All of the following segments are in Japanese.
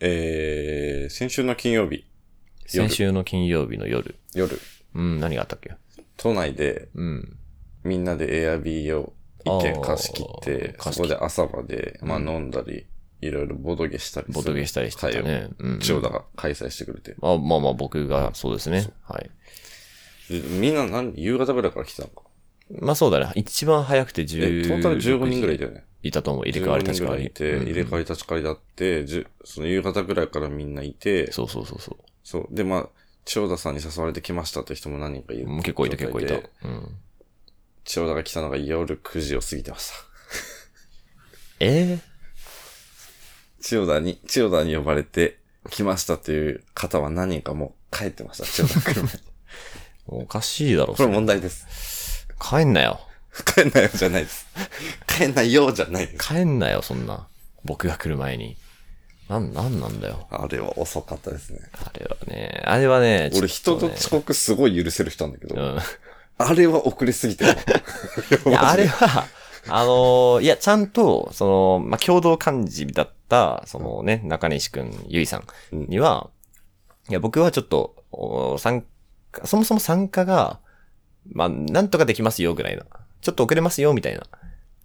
えー、先週の金曜日、夜先週の金曜日の夜。夜、うん、何があったっけ都内でうん。みんなで Airb を一軒貸し切って、あーそこで朝まで、まあ飲んだり、いろいろボドゲしたりするボトゲしたりしてた会ね。うんを。千代田が開催してくれて。まあまあまあ、僕がそうですね。はい。でみんな何、夕方ぐらいから来たのか。まあそうだね。一番早くてえ、 10。トータル15人ぐらいだよね。いたと思う。入れ替わり15人確ぐからいに。いて、入れ替わり立ち替わりだって、じゅその夕方ぐらいからみんないて、そうそうそうそ。そう。で、まあ、千代田さんに誘われてきましたって人も何人かいうる。もう結構いた結構いた。状態うでん。千代田が来たのが夜9時を過ぎてました。え千代田に、千代田に呼ばれて来ましたという方は何人かもう帰ってました。千代田 車に。ー、おかしいだろ、こそれれ。問題です。帰んなよ。帰んなよじゃないです。帰んないよじゃないです。帰んなよ、そんな。僕が来る前に。なん、なんなんだよ。あれは遅かったですね。あれはね、あれはね、俺ちょ人っねと遅刻すごい許せる人なんだけど、うん。あれは遅れすぎてる。 い や、あれは、あのーいや、ちゃんと、その、まあ、共同幹事だった、そのね、中西くん、ゆいさんには、いや、僕はちょっと、お参加、そもそも参加が、まあ、なんとかできますよ、ぐらいな。ちょっと遅れますよ、みたいな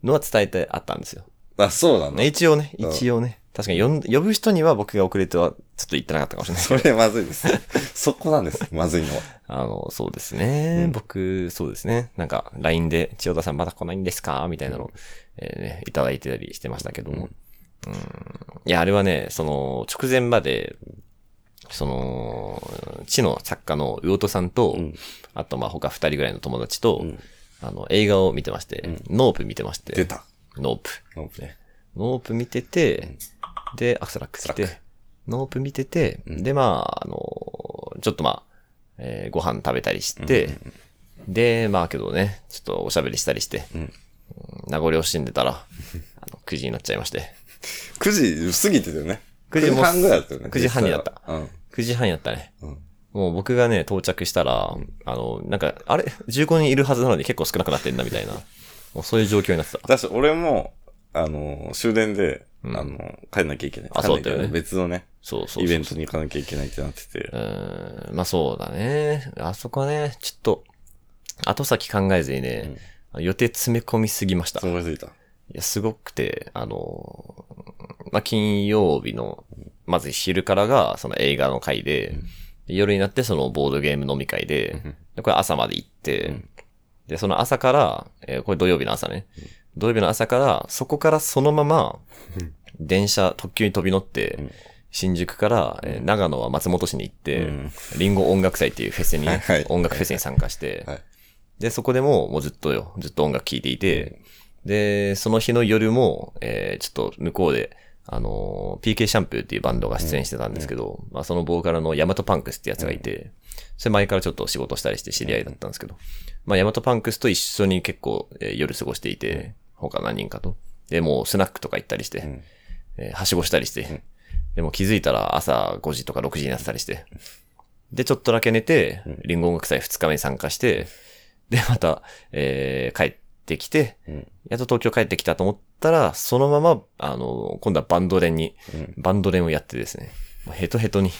のは伝えてあったんですよ。あ、そうなのね一応ね、うん一応ね。確かに呼ん、呼ぶ人には僕が遅れては、ちょっと言ってなかったかもしれないけそど。れまずいです。そこなんです。まずいのは。あの、そうですね。うん僕、そうですね。なんか、LINE で、千代田さんまだ来ないんですかみたいなの、えーね、いただいてたりしてましたけども。うん、いや、あれはね、その、直前まで、その、地の作家の魚戸さんと、うんあと、まあ、他二人ぐらいの友達と、うんあの、映画を見てまして、ノープ見てまして。出た。ノープ。ノープね。ノープ見てて、で、アクスラックス来スラて、ノープ見てて、うんで、まあ、あの、ちょっとまあ、えーご飯食べたりして、で、まあけどね、ちょっとおしゃべりしたりして、うんうん名残惜しん でたら、あの9時になっちゃいまして、 9時過ぎてたよね。 9時も半ぐらいだったよね。 9時半になったうん。 9時半やったね。うん。もう僕がね、到着したら、あの、なんか、あれ ?15 人いるはずなのに結構少なくなってんだみたいな。もうそういう状況になってた。だし、俺も、あの、終電で、うんあの、帰んなきゃいけない。あそうだよ帰んなきゃいけねない別のね、そうそうそう。イベントに行かなきゃいけないってなっててう。ーん、まあそうだね。あそこはね、ちょっと、後先考えずにね、予定詰め込みすぎました。そいのぐらいついた。や、すごくて、あのー、まあ金曜日の、まず昼からがその映画の回で、で夜になってそのボードゲーム飲み会で、でこれ朝まで行って、で、その朝から、えーこれ土曜日の朝ね、土曜日の朝から、そこからそのまま、電車、特急に飛び乗って、ん新宿から、えー長野は松本市に行って、うんリンゴ音楽祭っていうフェスに、はいはい音楽フェスに参加して、はい。で、そこでも、もうずっとよ、ずっと音楽聴いていて、で、その日の夜も、えーちょっと向こうで、あのー PK シャンプーっていうバンドが出演してたんですけど、まあそのボーカルのヤマトパンクスってやつがいて、それ前からちょっと仕事したりして知り合いだったんですけど、まあヤマトパンクスと一緒に結構、えー夜過ごしていて、他何人かと。で、もうスナックとか行ったりして、んえーはしごしたりして、でも気づいたら朝5時とか6時になってたりして、で、ちょっとだけ寝て、リンゴ音楽祭2日目に参加して、で、また、えー帰ってきて、うんやっと東京帰ってきたと思ったら、そのまま、あの、今度はバンド練に、うんバンド練をやってですね、もうヘトヘトに、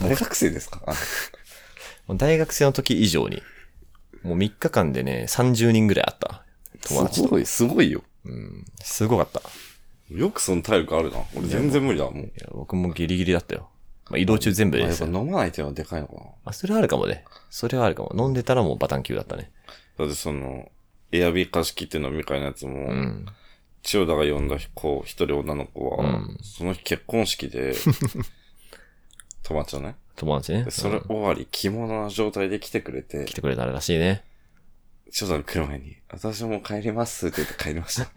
大学生ですかあもう大学生の時以上に、もう3日間でね、30人ぐらいあった。友達すと。ごい、すごいよ。うん、すごかった。いよくその体力あるな。俺全然無理だ、もう。や僕もギリギリだったよ。まあ、移動中全部あでやでっすぱよ。飲まないっていうのはでかいのかな。あ、それはあるかもね。それはあるかも。飲んでたらもうバタン級だったね。だってその、エアビー貸し切って飲み会のやつも、うん。千代田が呼んだ子、一人女の子は、うんその日結婚式 で、泊まっちゃうね。友達ねで。それ終わり、着物の状態で来てくれて来、てくれたらしいね。千代田が来る前に、私もう帰りますって言って帰りました。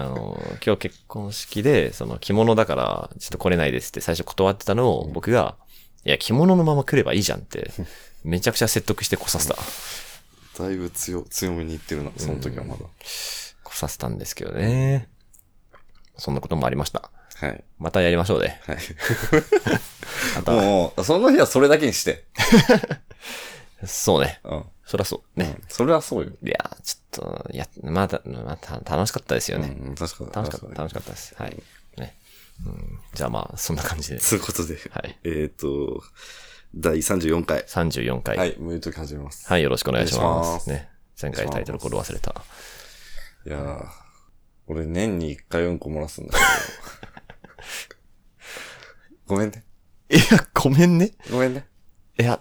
あの、今日結婚式で、その着物だから、ちょっと来れないですって最初断ってたのを、僕が、いや、着物のまま来ればいいじゃんって、めちゃくちゃ説得して来させた。 だいぶ強、強めに言ってるな、その時はまだ。来させたんですけどね。そんなこともありました。はい。またやりましょうね。 はい。また、もう、その日はそれだけにして。そうね。うん。そらそう。ね。それはそうよ。いや、ちょっと、いや、また、また楽しかったですよね。うん、確かに楽しかった、確か楽しかったです。はい。ね。うんじゃあまあ、そんな感じで。そういうことで、 はい。えっ、ー、と、第34回。 34回。ははい。い、もういう時始めます。よろしくお願いしお願まいしす。ますね。前回タイトルコール忘れた。いやー、俺年に一回うんこ漏らすんだけ ど。ごめんね。いや、ごめんね。ごめんね。いや、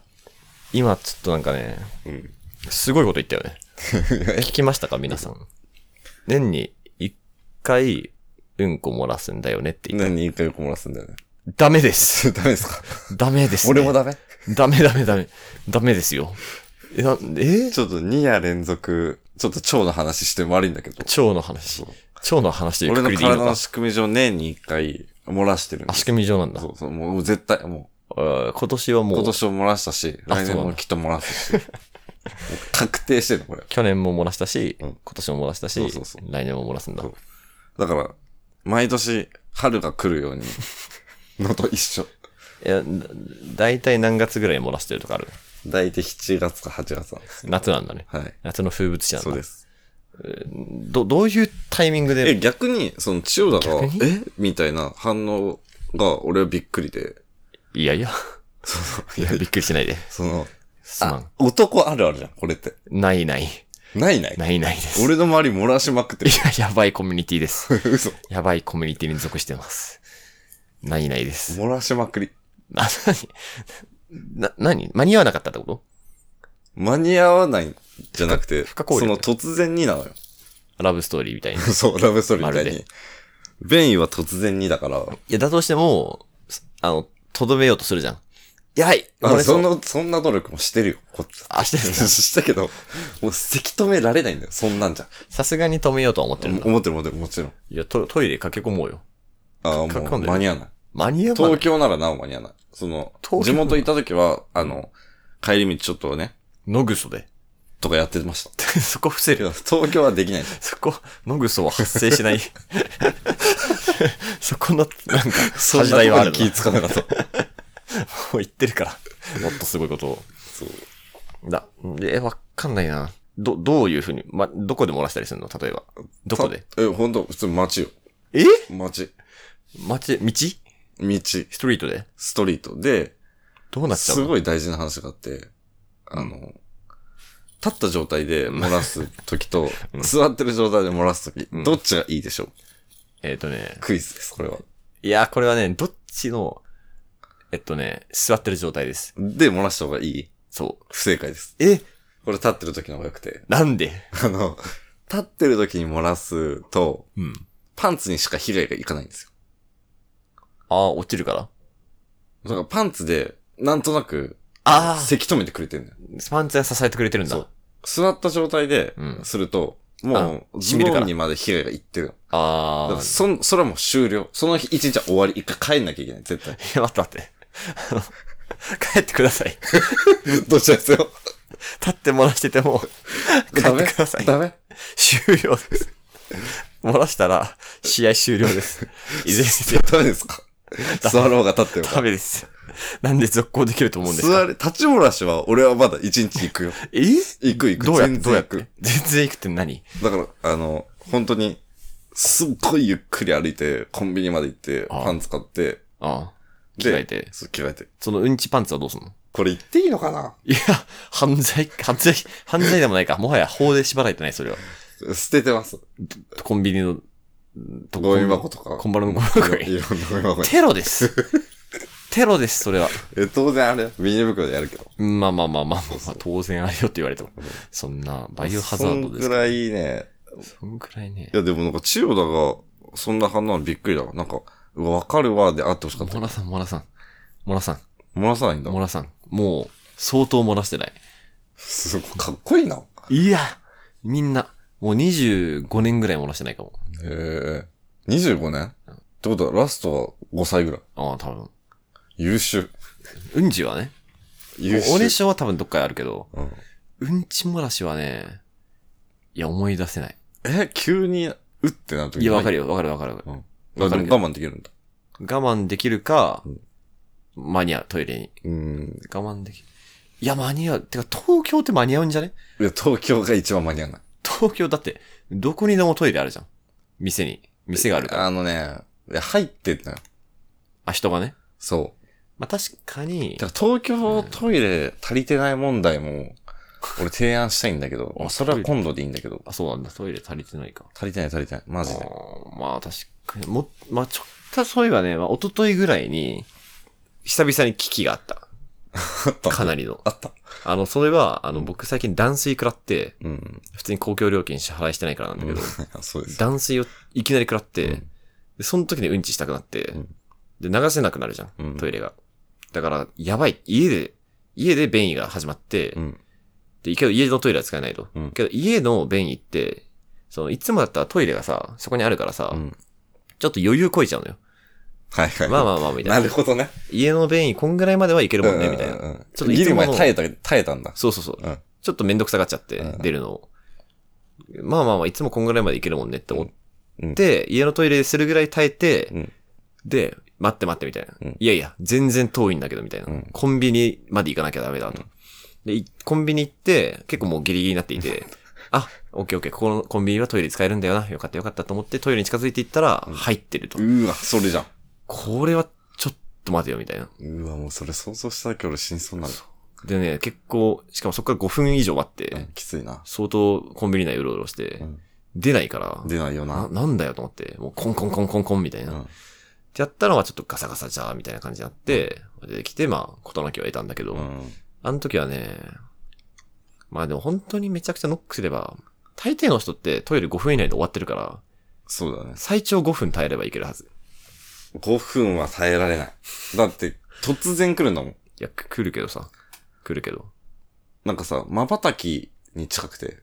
今ちょっとなんかね、うん。すごいこと言ったよ ね。聞きましたか、皆さん。年に一回、うんこ漏らすんだよねって言っ年に一回うんこ漏らすんだよね。 た。ダメです。ダメですかダメです、ね。俺もダメ ダメダメダメ。ダメですよ。え、なえちょっと2夜連続、ちょっと腸の話しても悪いんだけど。腸の話。腸の話という俺くくのりでいい体ののか仕組み上年に一回漏らしてるんであ、す仕組み上なんだ。そうそう、もう絶対、もあー今年はう、も今う、年も漏らしたし、あ来年そうなもんだきっと漏らすし。 もう確定してるの、これ。去年も漏らしたし、うん今年も漏らしたしそうそうそう来年も漏らすんだそ。うだから、毎年、春が来る ように、のと一緒。いや、だだいたい何月ぐらい漏らしてるとかある大体7月か8月なんです。夏なんだね。はい。夏の風物詩なんだ。そうです。ど、どういうタイミングえ、で、逆に、その、千代田が逆に、えみたいな反応が、俺はびっくりで、いやい や、 いや、びっくりしないで。その、すまん。男あるあるじゃん、これって。ないない。ないない。ないないです。俺の周り漏らしまくってるい。や、やばいコミュニティです。 嘘。やばいコミュニティに属してます。ないないです。漏らしまくり。な、 なに、な、に間に合わなかったってこと間に合わないんじゃなくて、不可抗そ力の突然になのよ。ラブストーリーみたいに。いそう、ラブストーリーみたいまるに。便意は突然にだから。や、だとしても、あの、とどめようとするじゃん。いや、はい。あ俺その、そんな努力もしてるよ、こっち。あ、してるん だしたけど、もうせき止められないんだよ、そんなんじゃ。さすがに止めようとは思ってるんだ。思ってる思ってる、もちろん。いや、トトイレ駆け込もうよ。ああ、かかもうんでる間に合わない。間に合わな東い。京ならなお間に合わない。その東、地京元行った時は、あの、帰り道ちょっとね、野ぐそで。とかやってました。 そこ伏せるけど東京はできない。そこ、野ぐそは発生しない。 そこの、なんか、 そん時な代とはこあにるな。気もぃつかなかった。 う言ってるから。もっとすごいことを。そう。だ、え、わかんないな。ど、どういうふうに、ま、どこで漏らしたりするの例えば。どこでたえ、ほんと、普通街よ。え街。街、道ス道。トリートでストリートで、どうなっちゃうすのごい大事な話があって、あの、立った状態で漏らす時 と、座ってる状態で漏らす時、んどっちがいいでしょうえっ、とね。クイズです、これは。いや、これはね、どっちの、えっとね、座ってる状態です。で、漏らした方がいいそう。不正解です。えこれ立ってる時の方が良くて。 なんであの、立ってる時に漏らすと、うん。パンツにしか被害がいかないんですよ。ああ、落ちるからだからパンツで、なんとなく、ああ、せき止めてくれてるんだよ。パンツが支えてくれてるんだ。そう座った状態でうん、すると、もう、ズ染みるかボらンにまで被害がいってるの。だああ。かいらそん、それはもう終了。その日一日は終わり。一回帰んなきゃいけない、絶 対。や、待って待って。あの帰ってく ださい。どっちですよ。立って漏らしてて も、帰ダってメください。ダメ終了です。漏らしたら、試合終了 です。いずれにせよ、ダメですか座ろうが立ってようダが。メです。なんで続行できると思うんです座かれ、立ち漏らしは俺はまだ一日行くよ。え行く行く。どうや全ど然うやっ行くて。全然行くって何だから、あの、本当に、すっごいゆっくり歩いて、コンビニまで行って、ああパンツ買って、ああ。着で替えて。そう着替えて。そのうんちパンツはどうすんのこれ言っていいのかないや、犯罪、犯罪、犯罪でもないか。もはや法で縛られてない、それは。捨ててます。コンビニの、とゴミ箱とか。コンバラのゴミ箱いろいろんなゴミ箱に。テロ です。テロです、それは。え、当然あれ、ビニール袋でやるけど。まあまあまあまあまあ、まあ、当然あれよって言われても。そんな、バイオハザードですそんぐらいね。そんくらいねい。や、でもなんか、千代田が、そんな反応びっくりだわ。なんか、うわわかるわ、であってほしかったモ。ラさん、モラさん。モラさん、漏らさないんだモ。ラさん。もう、相当漏らしてない。すごい、かっこいいな。いやみんな、もう25年ぐらい漏らしてないかも。へえ。25年ってことは、ラストは5歳ぐらい。ああ、多分。優秀。うんちはね。優秀。おねしょは多分どっかにあるけど、うんうんち漏らしはね、いや、思い出せない。え、急に、うってなるときいや、わかる。るよ、わかるわかるわかる。うん。あわかでもるけど我慢できるんだ。我慢できるかうん、間に合う、トイレに。うん。我慢できる。いや、間に合う。てか、東京って間に合うんじゃねいや、東京が一番間に合わない。東京だって、どこにでもトイレあるじゃん。店に。店があるから。あのね、で、入ってんのよ。あ、人がね。そまあ確かにう。、だから東京トイレ足りてない問題も、俺提案したいんだけど、まあそれは今度でいいんだけど、あ、そうなんだ。トイレ足りてないか。足りてない足りてない。マジで。あーまあ確かに。も、まあちょっとそういえばね、まあ一昨日ぐらいに、久々に危機があった。あ ったかなりの。あった。あの、それは、あの、僕最近断水食らって、うん。普通に公共料金支払いしてないからなんだけど、そうです。断水をいきなり食らって、うんでその時にうんちしたくなってうん、で、流せなくなるじゃうんん、トイレが。だから、やばい、家で、家で便意が始まって、うん。で、けど家のトイレは使えないと。うんけど家の便意って、その、いつもだったらトイレがさ、そこにあるからさ、うん。ちょっと余裕こいちゃうのよ。はいはい。まあまあまあ、みたいな。なるほどね。家の便意こんぐらいまではいけるもんね、みたいうんうんな。うんちょっといギつリもまので耐えた、耐えたんだ。そうそうそう。うん。ちょっとめんどくさがっちゃって、うん出るのを。まあまあまあ、いつもこんぐらいまでいけるもんねってう思んって、家のトイレでするぐらい耐えて、うんで、待って待ってみたいな、うんいやいや、全然遠いんだけどみたいな。うんコンビニまで行かなきゃダメだと。で、いコンビニ行って、結構もうギリギリになっていて、あ、オッケーオッケー、ここのコンビニはトイレ使えるんだよな。よかったよかったと思ってトイレに近づいていったら、入ってると。うーわ、それじゃん。これはちょっと待てよみたいな。うーわ、もうそれ想像しただけ俺死にそうになる。でね、結構、しかもそこから5分以上待って、うんきついな。相当コンビニ内うろうろして、うん出ないから、出ないよなな。なんだよと思って、もうコンコンコンコンコンみたいな。うっん。てやったのはちょっとガサガサじゃーみたいな感じになって、出てきて、まあ、事なきを得たんだけど、うん。あの時はね、まあでも本当にめちゃくちゃノックすれば、大抵の人ってトイレ5分以内で終わってるから、そうだね。最長5分耐えればいけるはず。 5分は耐えられない。だって、突然来るんだもん。いや、く来るけどさ。来るけど。なんかさ、瞬きに近くて、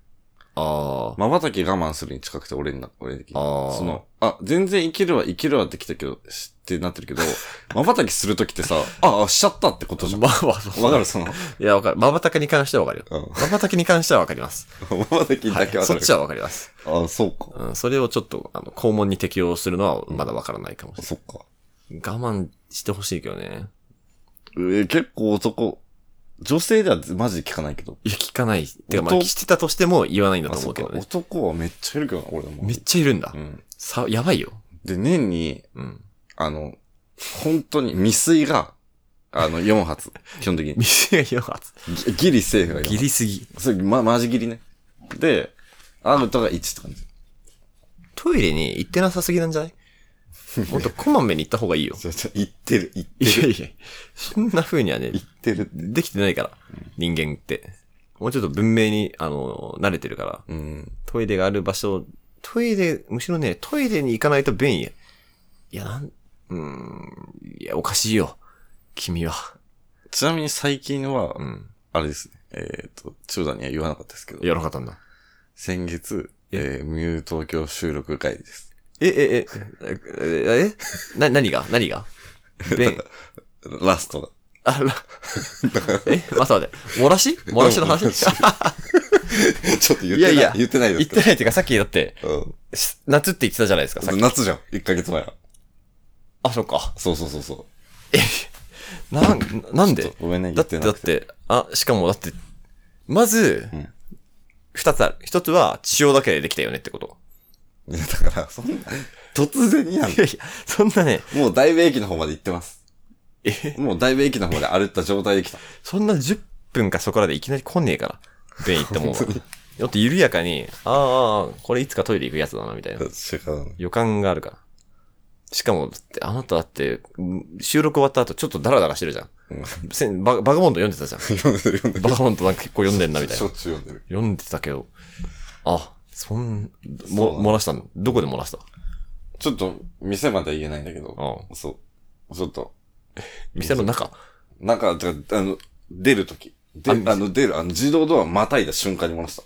ああ、瞬き我慢するに近くて、俺にな、俺的に。あーその、あ、全然いけるわ、いけるわってきたけど、しってなって るけど、瞬きするときってさ、あ、あ、しちゃったってことじゃん。まあまあ、そうわかるその、いや、わかる。瞬きに関してはわかるよ。うん。瞬きに関してはわかります。瞬きだけわはいそかっる。ちはわかります。あ、そうか。うん、それをちょっと、あの、肛門に適用するのはまだわからないかもしれない。そっか。我慢してほしいけどね。えー結構男、女性ではマジで聞かないけど。いや、聞かない。てか、まあ、音してたとしても言わないんだあ、と思そううけか。どね。男はめっちゃいるけどな、俺も。めっちゃいるんだう。ん。さ、やばいよ。で、年に、うん。あの、本当に未遂が、あの、4発。基本的に。店が広がっギギリセーフが4ギリすぎ。それ、ま、マジギリね。で、アウトが1って感じ。トイレに行ってなさすぎなんじゃないもっとこまめに行った方がいいよ。ちょ、ちょ、言ってる、言っいてやる。いや、そんな風にはね言、ってる。できてないから、人間って。もうちょっと文明に、あの、慣れてるから。うん。トイレがある場所、トイレ、むしろね、トイレに行かないと便意。いや、なん、うーん、いや、おかしいよ。君は。ちなみに最近はう、ん。あれですね。えっ、と、千代田には言わなかったですけど、やらなかったんだ。先月、えー、ミュー東京収録会です。え、え、え、え、え、な、何が何が 便ラストが。あら、え、まさ待って、漏らし漏らしの話 ちょっと言ってないいやいや言ってないで言すっけてど。ないっていうか、さっきだって、うんし夏って言ってたじゃないですか、さっき。夏じゃん。1ヶ月前は。あ、そっか。そうそうそうそう。え、なん、なんちょでっとごめんね、だ言っってて、なだっくて。て、あ、しかもだって、まずうん、二、つある。一つは、千代だけでできたよねってこと。いや、だ から、そんな、突然やんい。やいや、そんなね、もうだいぶ駅の方まで行ってます。え、もうだいぶ駅の方で歩いた状態で来た。そんな10分かそこらでいきなり来ねえから、便行って もう。だって緩やかに、ああああ、これいつかトイレ行くやつだな、みたいな。 予感があるから。しかも、だってあなただって、うん収録終わった後ちょっとダラダラしてるじゃん。うんせんババガモンド読んで たじゃん。読んでる読んでバガモンドなんか結構読んでんな、みたいしょなっ。ちゅう読んでる。読んでたけど、あ、そん、そうなも、の漏らしたのどこで漏らしたちょっと、店までは言えないんだけど、ああそう。ちょっと、店の中なんか、てかあの、出るとき。で、ああ店の、出る、あの、自動ドアまたいだ瞬間に漏らした。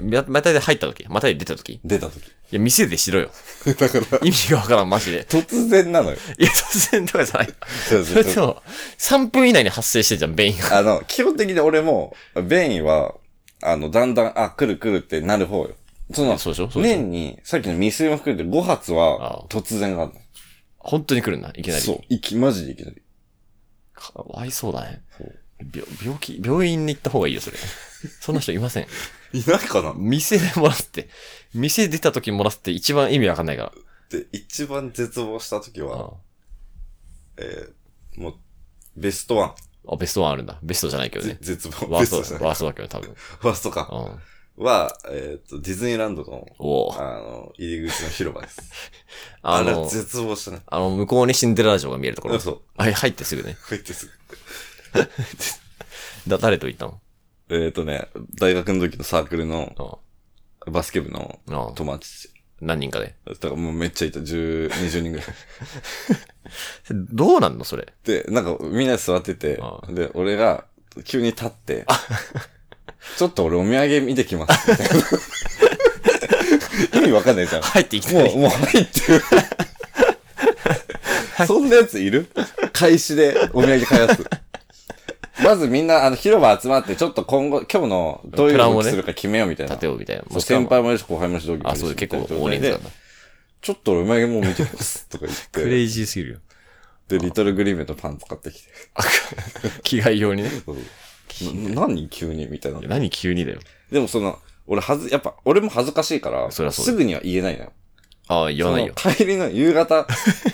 ま、またで入った時またで出た時い出たとき。や、店でしろよ。 だから、意味がわからん、マジで。突然なの よ。いや、突然とかじゃない。そうそれそうそとうも、3分以内に発生してんじゃん、便意が。あの、基本的に俺も、便意は、あの、だんだん、あ、来る来るってなる方よ。その、そうでしょそうでしょ年に、さっきの未遂も含めて5発あはあ、突然がある本当に来るんだ、いきなの。り。そう。いき、マジでいきなり。かわいそうだね。そう病、病気、病院に行った方がいいよ、それ。 そんな人いません。いないかな店で漏らすって、店出た時漏らすって一番意味わかんないから。って一番絶望した時は、あえーもう、ベストワン。あ、ベストワンあるんだ。ベストじゃないけどぜね。 絶望。ワーベスストじゃト、ない。ワーストだけど多分。ファーストか。うん。は、えっと、ディズニーランドの、おあお。の、入り口の広場です。あ あれの、絶望したね。あの、向こうにシンデレラ城が見えるところ。そう。あれ、入ってすぐね。入ってすぐ。だ、誰と行ったのえっ、とね、大学の時のサークルのバスケ部のうん。うん友達。何人かで。だからもうめっちゃいた、10、20人ぐ らい。どうなんのそれ。で、なんかみんなで座っててあ、で、俺が急に立って、ちょっと俺お土産見てきますみたい な。意味わかんないじゃん。入っていきたもう、い。もう入ってる。そんなやついる開始でお土産買い出す。まずみんな、あの、広場集まって、ちょっと今後、今日のどういうプラン動をきねするか決めようみたいな。立てようみたいな。そうしくは先輩もいるし、後輩もいるし、同期もいあ、るし。そうだみた結いな構状大態人数でなんだ。ちょっとお土産もう見てきます。とか言っクて。レイジーすぎる よ。で、リトルグリーンメントパンツ買ってきて。着替え用にね。な何急にみたいな。何急にだよ。でもその、俺はず、やっぱ、俺も恥ずかしいから、そりゃそうすだぐには言えないのよ。ああ、言わないよ。その帰りの夕方、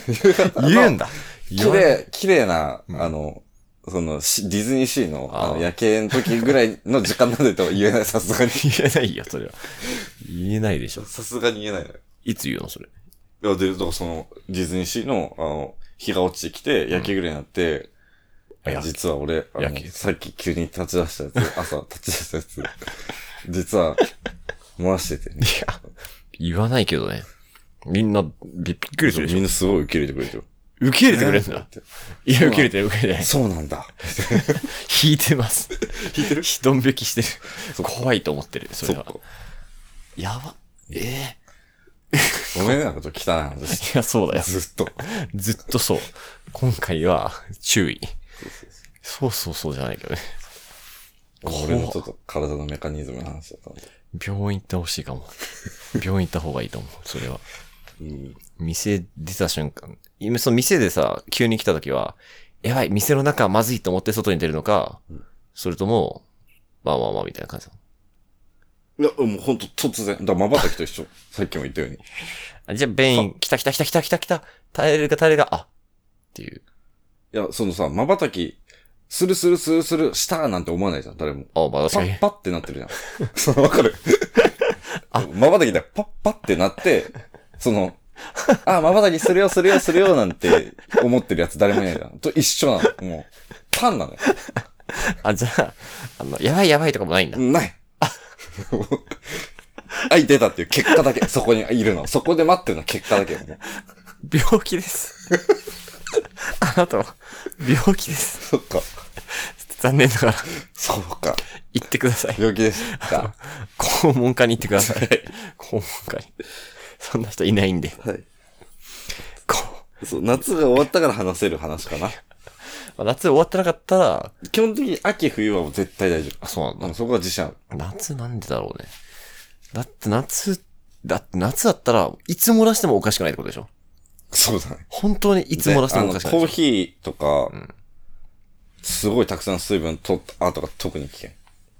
夕方のだ。綺言わない。麗、綺麗な、んあの、その、しディズニーシーのああーの夜景の時ぐらいの時間なんでと言えない、さすがに。 言えないよ、それは。言えないでし ょ。さすがに言えないのよ。いつ言うの、それ。いや、で、だからその、ディズニーシーの、あの、日が落ちてきて、夜景ぐらいになって、うんあ夜景実は俺、あの夜景さっき急に立ち出した やつ、朝立ち出したやつ、実は、漏らしてて、ね。言わないけどね。みんな、びっくりするでしみょ。んなすごい受け入れてくれてる。受け入れてくれるんだ。いや、受け入れてる、受け入れてない。そうなんだ。 引いてます。引いてるドン引きしてる。怖いと思ってる、そそっれはか。。やば。えごめんな、ちょっと汚い話え。いや、そうだよ。ずっと。ずっとそう。今回は、注意。そうそうそうじゃないけどね。俺のちょっと体のメカニズムの話だったんで。病院行ってほしいかも。 病院行った方がいいと思う、それは。うん。店出た瞬間、今その店でさ、急に来た時は、やばい、店の中はまずいと思って外に出るのか、うんそれとも、まあまあまあみたいな感じだいや、もうほんと突然。だから瞬きと一緒。 さっきも言ったように。あじゃあ、便意、来た来た来た来た来た来た、耐えれるか耐えれるか、あっていう。いや、そのさ、瞬き、するするするするしたなんて思わないじゃん、誰も。あまあ確パかにッ。パってなってるじゃん。 その、わかる瞬きでパッパってなって、その、あ、瞬きするよするよするよなんて思ってるやつ誰もいないじゃん。と一緒なの。もう、パンなのよ。 あ、じゃあ、あの、やばいやばいとかもないんだ。ない。 はい、出たっていう結果だけ、そこにいるの。そこで待ってるの結果だけ。もう病 気です。あなたは、病気です。そっか。残念ながら、そうか。行ってください。病気でした。 肛門科に行ってください。肛門科に。そんな人いないんで。はい。こそう、夏が終わったから話せる話かな。うまあ夏終わってなかったら、基本的に秋冬はもう絶対大丈あ、そう夫。なうんん、そこは自信ある。だ。夏なんでだろうね。だって夏、だって夏だったらいつ漏らしてもおかしくないってことでしょそうだね。本当にいつ漏らしてもおかしくあなのいコーでしヒーとか、すごいたくさん水分取った後が特に危険。ょ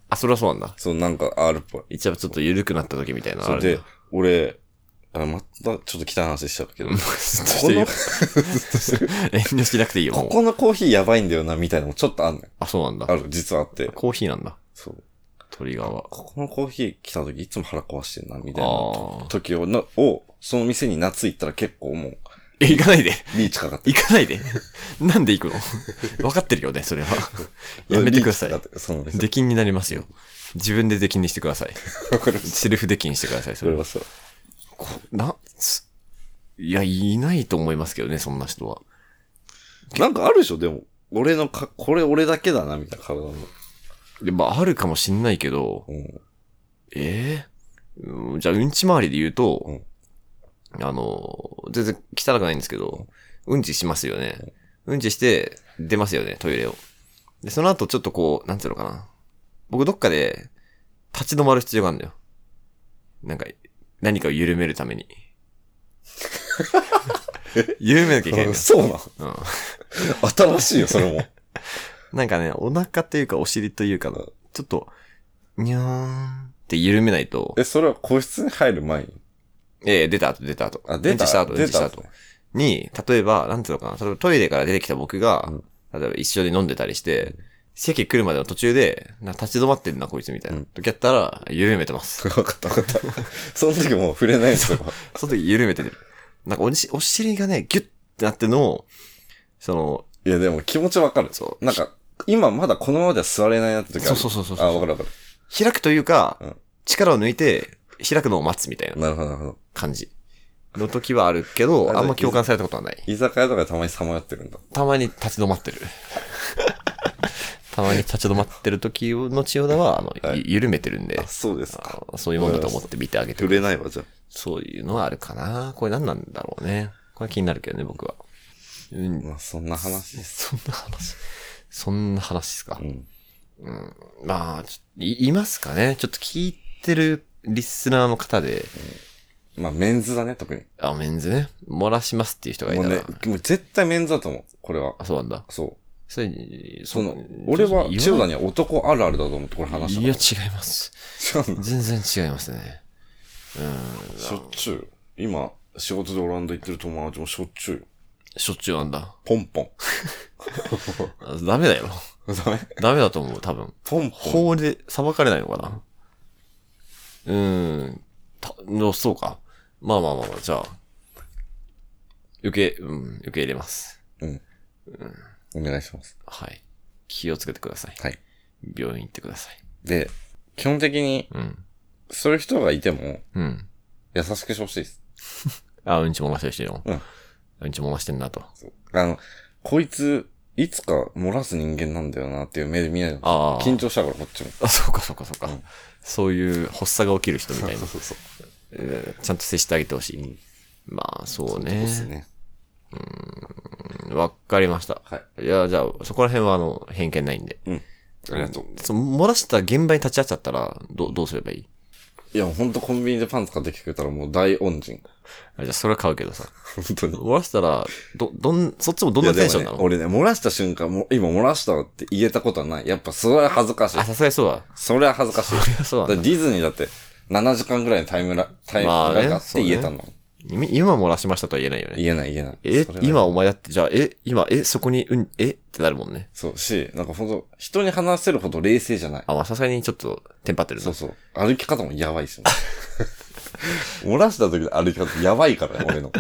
あ、それはそうなんだ。そう、なんかあるっぽい。一応ちょっと緩くなった時みたいなのそあれるでんだ。、俺、あまたちょっと汚い話しちゃうけど、こずっとしてるのよ。、遠慮しなくていいよ、もこうこのコーヒーやばいんだよな、みたいなのもちょっとあんのよ。あ、そうなんだあ。る、実はあって。コーヒーなんだ。そう。トリガーは。ここのコーヒー来た時いつも腹壊してんな、みたいあーな時を、のを、その店に夏行ったら結構もう、え、行かないで。リーチかかって行かないで。なんで行くの分かってるよね、それは。やめてくださリーチか。かいってその店。出禁になりますよ。自分で出禁にしてください。わかりましセルフ出禁にしてください、た。そわれかりは。ました。こな、すいや、いないと思いますけどね、そんな人は。なんかあるでしょでも、俺のか、これ俺だけだな、みたいな体の。でまあ、あるかもしんないけど、うん。ええうんじゃあ、うんち回りで言うと、うんあの、全然汚くないんですけど、うんちしますよね。うんちして、出ますよね、トイレを。で、その後ちょっとこう、なんていうのかな。僕どっかで、立ち止まる必要があるんだよ。なんか、何かを緩めるために。 緩めなきゃいけないんだよ。そうなうん。の新しいよ、それも。なんかね、お腹というかお尻というかうん、ちょっと、にゃーんって緩めないと、え、それは個室に入る前に。ええ出た後、出た後。あ、出うんちた。した後、うん出ちしたた後。に、例えば、なんていうのかな、例えばトイレから出てきた僕が、例えば一緒に飲んでたりして、席来るまでの途中で、な立ち止まってんな、こいつみたいな。うん時やったら、緩めて ます。分かった分かった。その時もう触れないんですよ。その時緩めてる。なんかおし、お尻がね、ギュッってなってるのを、その、いやでも気持ちわかる。そうなんか、今まだこのままでは座れないなって時あそうる。そうそうそうあ、わかるわかる。開くというか、うん力を抜いて、開くのを待つみたいななるほどなるほど。感じの時はあるけあど、のあんま共感されたことはない。居酒屋とかでたまにさまよってるんだ。たまに立ち止まってる。 たまに立ち止まってる時の千代田は、あの、はいゆ緩めてるんで、そうですあ。のそういうもんだと思って見てあげて触る。れないわ、じゃあ。そういうのはあるかな。これ何なんだろうね。これ気になるけどね、僕は。うん、まあそんな話です。そんな話。そんな話ですかう。ん。うん、まあ、ちょい、いますかね。ちょっと聞いてるリスナーの方で、まあメンズだね、特に。あ、メンズね、漏らしますっていう人がいもたうら、ね、もう絶対メンズだと思う。これは。あ、そうなんだ。そう。それ、その、俺は、千代田には男あるあるだと思ってこれ話いや、違しいます。たから。違うの全然違いますね。しょっちゅう。今、仕事でオランダ行ってる友達もしょっちゅうよ。しょっちゅうなんだ。ポンポン。 あダメだよ。ダメダメだと思う、多分。ポンポン。法で裁かれないのかなうーん。た、の、そうか。まあまあまあまあ、じゃあ。受け、うん、受け入れます。うん。お願いします。はい。気をつけてください。はい。病院行ってください。で、基本的に、うん。そういう人がいても、うん。優しくしてほしいです。あ、うんち漏らしてる人よ。うん。うんち漏らしてんなと。あの、こいつ、いつか漏らす人間なんだよなっていう目で見ないの。ああ。緊張したから、こっちも。あ、そうかそうかそうか。そういう発作が起きる人みたいな。そうそう。えーちゃんと接してあげてほしい。まあ、そうねで。すね。わ、かりました。はい。いや、じゃあ、そこら辺は、あの、偏見ないんで。うん。ありがとう。その、漏らした現場に立ち会っちゃったら、ど、どうすればいいいや、ほんとコンビニでパンツ買ってきてくれたらもう大恩人。 あじゃあ、それは買うけどさ。本当に。漏らしたら、ど、どん、そっちもどんいやなテでンシもョンねな、の、俺ね、漏らした瞬間、もう今漏らしたわって言えたことはない。やっぱそれは恥ずかしいあ、。さすがにそうだ。それは恥ずかしい。それはそうだだってディズニーだって7時間ぐらいのタイムラ、タイムまあねラがあって言えたの。今今漏らしましたとは言えないよね。言えない言えない。えそれ、は今お前だって、じゃあ、え、今、え、そこに、うん、えってなるもんね。そうし、なんかほんと、人に話せるほど冷静じゃない。あ、まあ、さすがにちょっと、テンパってるなそうそう。歩き方もやばいし、ね。 漏らした時の歩き方やばいからね、俺の。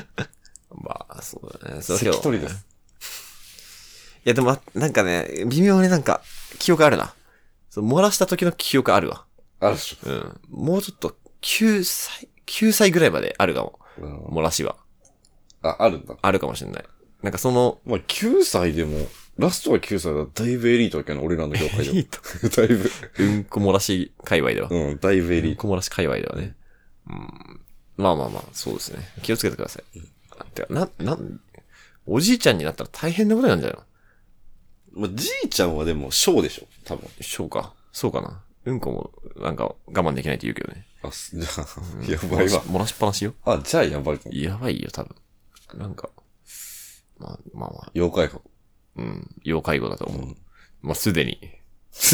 まあ、そうだ ね。それ関取です。いや、でも、あなんかね、微妙になんか、記憶あるな。そう漏らした時の記憶あるわ。あるでしょ。うん。もうちょっと、9歳、9歳ぐらいまであるかも。うん漏らしは。あ、あるんだ。あるかもしれない。なんかその、まあ、9歳でも、ラストは9歳だ。だいぶエリートだけどね、俺らの業界でも。エリ だいぶ。うんこ漏らし界隈では。うん、だいぶエうリんート。こ漏らし界隈ではね。うん。まあまあまあ、そうですね。気をつけてください。てか、な、なん、おじいちゃんになったら大変なことになるんじゃないのまあ、じいちゃんはでも、小でしょ、多分。そうか。そうかな。うんこも、なんか、我慢できないって言うけどね。あ、すじゃあ、や漏ばらいしわ。漏らしっぱなしよ。あ、じゃあやばいかも。やばいよ、多分。なんか、まあまあまあ、要介護。うん、要介護だと思う。うんまあすでに。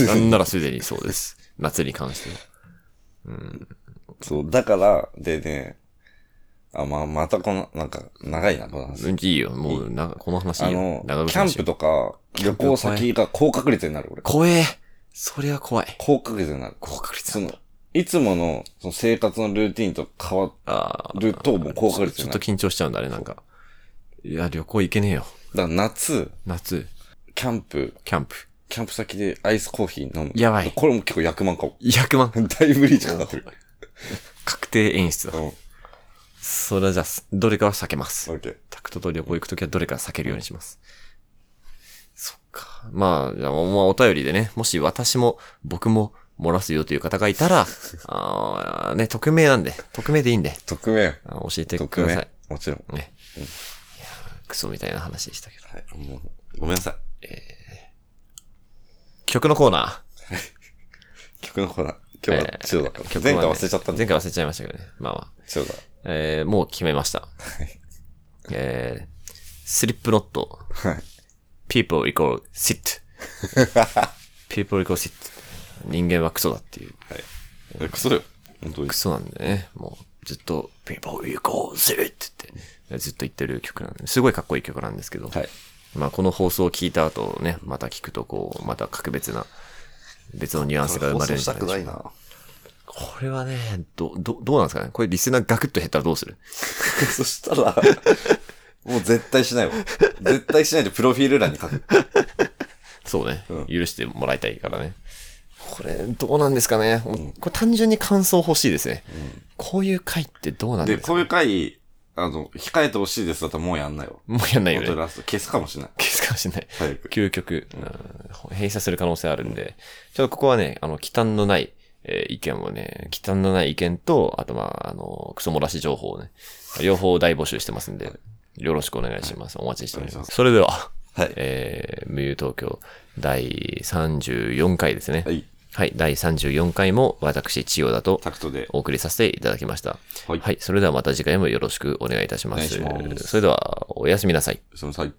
なんならすでにそうです。 夏に関しては。 そう、だから、でね、あ、まあ、またこの、なんか、長いな、この話。うん、いいよ、もう、な、この話いあいよの、キ長くャンプとか、旅行先が高確率になる、俺。怖え。それは怖い。高確率になる。高確率その、いつもの、その生活のルーティンと変わああ。ると、もう高確率ちょにっなとる。緊張しちゃうんだね、なんか。いや、旅行行けねえよ。だから夏、夏、キャンプ、キャンプ。キャンプ先でアイスコーヒー飲む。やばいこれも結構役満かも。 100万。 だいぶリーチになってる。確定演出うだ。ん。それはじゃあ、どれかは避けます。 OK。タクトと旅行行くときはどれか避けるようにします。そっか。まあ、じゃあ、まあお便りでね、もし私も、僕も漏らすよという方がい たら、あーね、匿名なんで、匿名でいいんで、匿名よ。あー教えて匿くださ名い。。もちろん。ね。いやークソみたいな話でしたけど。はい。もう、ごめんなさい。曲のコーナ曲のコーナー。ー。今日はえー千代だから。曲は前ね回忘れちゃったんで。前回忘れちゃいましたけどね。まあまあ。千代だ。えーもう決めました。えー、スリップノット。はい。 people equal sit. people equal sit. 人間はクソだっていう。え、クソだよ。本当にク。ソなんでね、もう。ずっと、people you go z って言って、ずっと言ってる曲なんで、すごいかっこいい曲なんですけど、はい。まあこの放送を聞いた後ね、また聞くとこう、また格別な、別のニュアンスが生まれるんじゃないでしょうか。な。これはね、ど、ど、どうなんですかねこれリスナーガクッと減ったらどうする そしたら、もう絶対しないわ。絶対しないとプロフィール欄に書く。そうね、うん許してもらいたいからね。これ、どうなんですかね、これ単純に感想欲しいですね。こういう回ってどうなんで、ですかこういう回、あの、控えてほしいですだったらもうやんないわ。もうやんないよ本当にね。ラスト消すかもしれない。消すかもしれない。早く。究極、うん、閉鎖する可能性あるんで、ちょっとここはね、あの、忌憚のない、えー意見をね、忌憚のない意見と、あとまあ、あの、クソ漏らし情報をね、両方大募集してますんで、よろしくお願いします。お待ちしておりおま願いしす。ますそれでは、はい。えー、無友東京第34回ですね。はい。はい、第34回も私、千代田とタクトで。お送りさせていただきました。はいはい、それではまた次回もよろしくお願いいたします。お願いしますそれでは、おやすみなさい。その際。